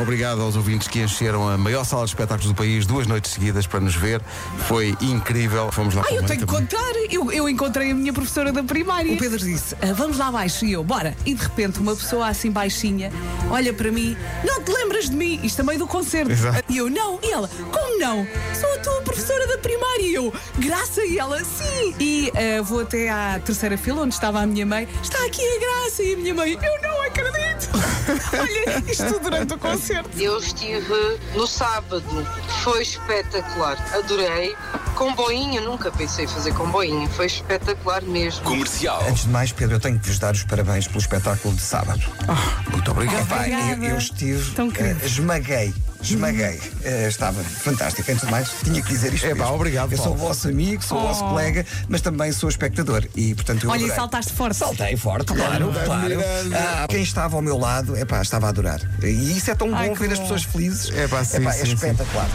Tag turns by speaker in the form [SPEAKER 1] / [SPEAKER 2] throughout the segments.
[SPEAKER 1] Obrigado aos ouvintes que encheram a maior sala de espetáculos do país duas noites seguidas para nos ver. Foi incrível. Fomos lá
[SPEAKER 2] Ah, eu
[SPEAKER 1] também,
[SPEAKER 2] tenho que
[SPEAKER 1] também.
[SPEAKER 2] contar. Eu, eu encontrei a minha professora da primária. O Pedro disse: "Ah, Vamos lá abaixo. E eu, bora. E de repente, uma pessoa assim baixinha olha para mim: Não te lembras de mim? Isto também do concerto.
[SPEAKER 1] Exato.
[SPEAKER 2] E eu, não. E ela: Como não? Sou a tua professora da primária. E eu, Graça. E ela, sim. E ah, vou até à terceira fila, onde estava a minha mãe: Está aqui a Graça. E a minha mãe: Eu não acredito. olha, isto durante o concerto.
[SPEAKER 3] Eu estive no sábado, foi espetacular, adorei. Comboinho, nunca pensei fazer comboinho, foi espetacular mesmo.
[SPEAKER 4] Comercial.
[SPEAKER 5] Antes de mais, Pedro, eu tenho que vos dar os parabéns pelo espetáculo de sábado.
[SPEAKER 1] Muito obrigado.
[SPEAKER 5] Epá, eu,
[SPEAKER 2] Obrigada.
[SPEAKER 5] eu estive.
[SPEAKER 2] Tão querido. Uhum.
[SPEAKER 5] eh, esmaguei. Esmaguei. Eh, estava fantástico. Antes de mais, tinha que dizer isto.
[SPEAKER 1] Epá,
[SPEAKER 5] mesmo.
[SPEAKER 1] obrigado,
[SPEAKER 5] Eu sou
[SPEAKER 1] Paulo.
[SPEAKER 5] o vosso amigo, sou o vosso colega, mas também sou espectador. E, portanto, eu
[SPEAKER 2] Oh. Olha, e
[SPEAKER 5] adorei.
[SPEAKER 2] saltaste forte.
[SPEAKER 5] Saltei forte, claro, claro. Ah, quem estava ao meu lado, epá, estava a adorar. E isso é tão
[SPEAKER 2] Ai,
[SPEAKER 5] bom
[SPEAKER 2] que
[SPEAKER 5] ver as
[SPEAKER 2] bom.
[SPEAKER 5] pessoas felizes.
[SPEAKER 1] Epá, sim,
[SPEAKER 5] Epá,
[SPEAKER 1] sim,
[SPEAKER 5] é
[SPEAKER 1] sim.
[SPEAKER 5] espetacular.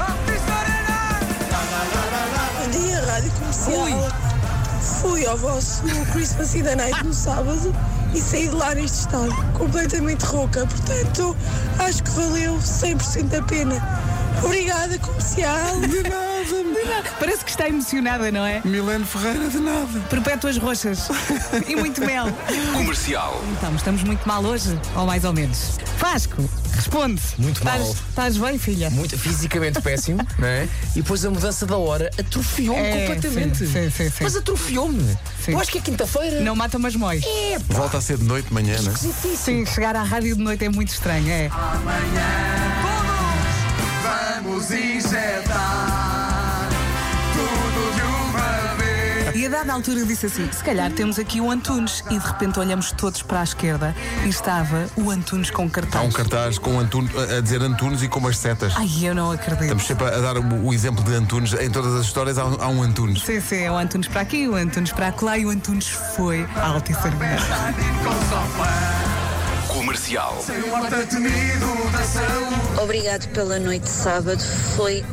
[SPEAKER 6] Bom dia, Rádio Comercial. Fui ao vosso Christmas in the Night no sábado e saí de lá neste estado, completamente rouca. Portanto, acho que valeu 100% a pena. Obrigada, Comercial.
[SPEAKER 2] Parece que está emocionada, não é?
[SPEAKER 1] Milene Ferreira, de nada.
[SPEAKER 2] Perpétuas roxas e muito mel.
[SPEAKER 4] Comercial.
[SPEAKER 2] Então, estamos muito mal hoje, ou mais ou menos. Vasco, responde.
[SPEAKER 7] Muito
[SPEAKER 2] Estás-
[SPEAKER 7] mal.
[SPEAKER 2] Estás bem, filha?
[SPEAKER 7] Muito fisicamente péssimo, não é? E depois a mudança da hora atrofiou-me
[SPEAKER 2] É,
[SPEAKER 7] completamente.
[SPEAKER 2] sim, sim, sim, sim.
[SPEAKER 7] Mas atrofiou-me.
[SPEAKER 2] Sim.
[SPEAKER 7] Eu acho que é quinta-feira.
[SPEAKER 2] Não mata, mas mói.
[SPEAKER 1] Volta a ser de noite, de manhã, não é?
[SPEAKER 2] Sim, chegar à rádio de noite é muito estranho, é. E a dada altura eu disse assim: se calhar temos aqui o Antunes. E de repente olhamos todos para a esquerda e estava o Antunes com
[SPEAKER 1] Há
[SPEAKER 2] cartaz.
[SPEAKER 1] um cartaz com Antunes, a a dizer Antunes e com umas setas.
[SPEAKER 2] Ai, eu não acredito.
[SPEAKER 1] Estamos sempre a dar o, o exemplo de Antunes. Em todas as histórias há, um- há um Antunes.
[SPEAKER 2] Sim, sim, é o Antunes para aqui, o Antunes para acolá e o Antunes foi à Altice Arena.
[SPEAKER 4] Comercial.
[SPEAKER 8] Obrigado pela noite de sábado, foi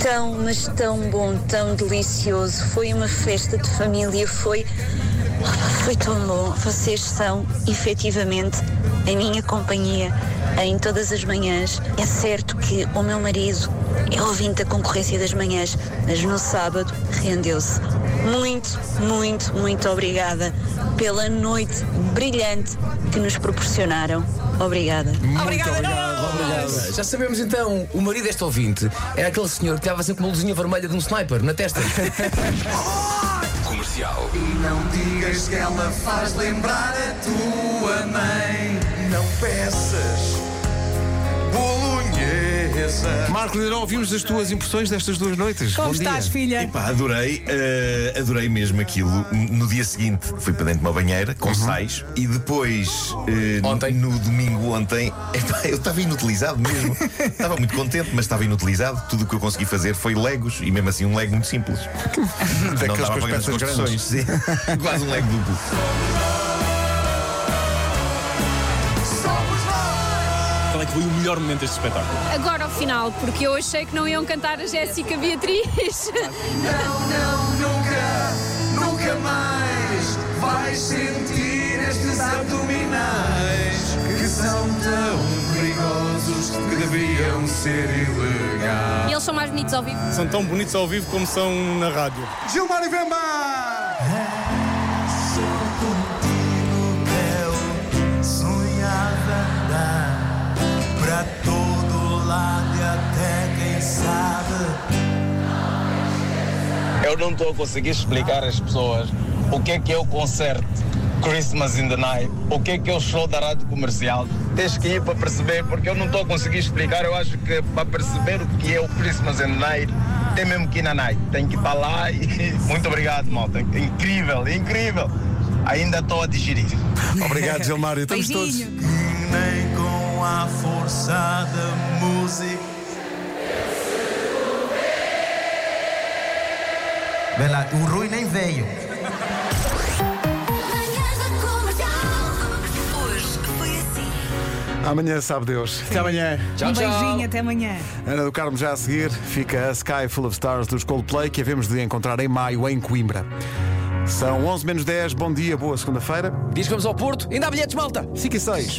[SPEAKER 8] tão, mas tão bom, tão delicioso. Foi uma festa de família, foi, foi tão bom. Vocês são efetivamente a minha companhia em todas as manhãs. É certo que o meu marido é ouvinte da concorrência das manhãs, mas no sábado rendeu-se. Muito, muito, muito obrigada pela noite brilhante que nos proporcionaram. Obrigada.
[SPEAKER 7] Já sabemos então, o marido deste ouvinte era aquele senhor que estava sempre uma luzinha vermelha de um sniper na testa.
[SPEAKER 4] Comercial.
[SPEAKER 9] Não digas que ela faz lembrar a tua mãe. Não peças bolonhesa.
[SPEAKER 1] Marco Lideirão, ouvimos as tuas impressões destas duas noites.
[SPEAKER 2] Como
[SPEAKER 1] Bom
[SPEAKER 2] estás,
[SPEAKER 1] dia.
[SPEAKER 2] filha?
[SPEAKER 10] Pá, adorei, eh, adorei mesmo aquilo. N- No dia seguinte fui para dentro de uma banheira
[SPEAKER 1] Uhum.
[SPEAKER 10] com sais e depois eh,
[SPEAKER 7] Ontem.
[SPEAKER 10] no domingo ontem epá, eu estava inutilizado mesmo. estava muito contente, mas estava inutilizado. Tudo o que eu consegui fazer foi legos e mesmo assim um lego muito simples. Não dava
[SPEAKER 1] Daqueles com as
[SPEAKER 10] para grandes
[SPEAKER 1] peças grandes.
[SPEAKER 10] construções. Sim. Quase um lego duplo.
[SPEAKER 4] Qual é que foi o melhor momento deste espetáculo?
[SPEAKER 11] Agora ao final, porque eu achei que não iam cantar a Jéssica Beatriz.
[SPEAKER 9] Não, não, nunca, nunca mais vais sentir estes abdominais que são tão perigosos que deviam ser ilegais.
[SPEAKER 11] Eles são mais bonitos ao vivo.
[SPEAKER 4] São tão bonitos ao vivo como são na rádio.
[SPEAKER 9] Gilmar e Vemba! Sou contigo que eu sonhava andar Pra todo lado e até quem sabe
[SPEAKER 4] Eu não estou a conseguir explicar às pessoas o que é que é o concerto Christmas in the Night, o que é que é o show da rádio comercial. Tens que ir para perceber, porque eu não estou a conseguir explicar. Eu acho que para perceber o que é o Christmas in the Night, tem mesmo que ir na night. Tem que estar lá e. Muito obrigado, malta. Incrível, incrível. Ainda estou a digerir.
[SPEAKER 1] Obrigado, Gilmário. Estamos todos.
[SPEAKER 2] Beijinho.
[SPEAKER 9] Nem com a força da música
[SPEAKER 5] Vê lá, o Rui nem veio.
[SPEAKER 8] Hoje foi assim.
[SPEAKER 1] Amanhã sabe Deus. Até amanhã.
[SPEAKER 2] um beijinho, até amanhã.
[SPEAKER 1] Ana do Carmo já a seguir. Fica a Sky Full of Stars dos Coldplay, que havemos de encontrar em maio em Coimbra. São 11 menos 10. Bom dia, boa segunda-feira.
[SPEAKER 7] Diz que vamos ao Porto, ainda há bilhetes, malta!
[SPEAKER 1] Fica 6.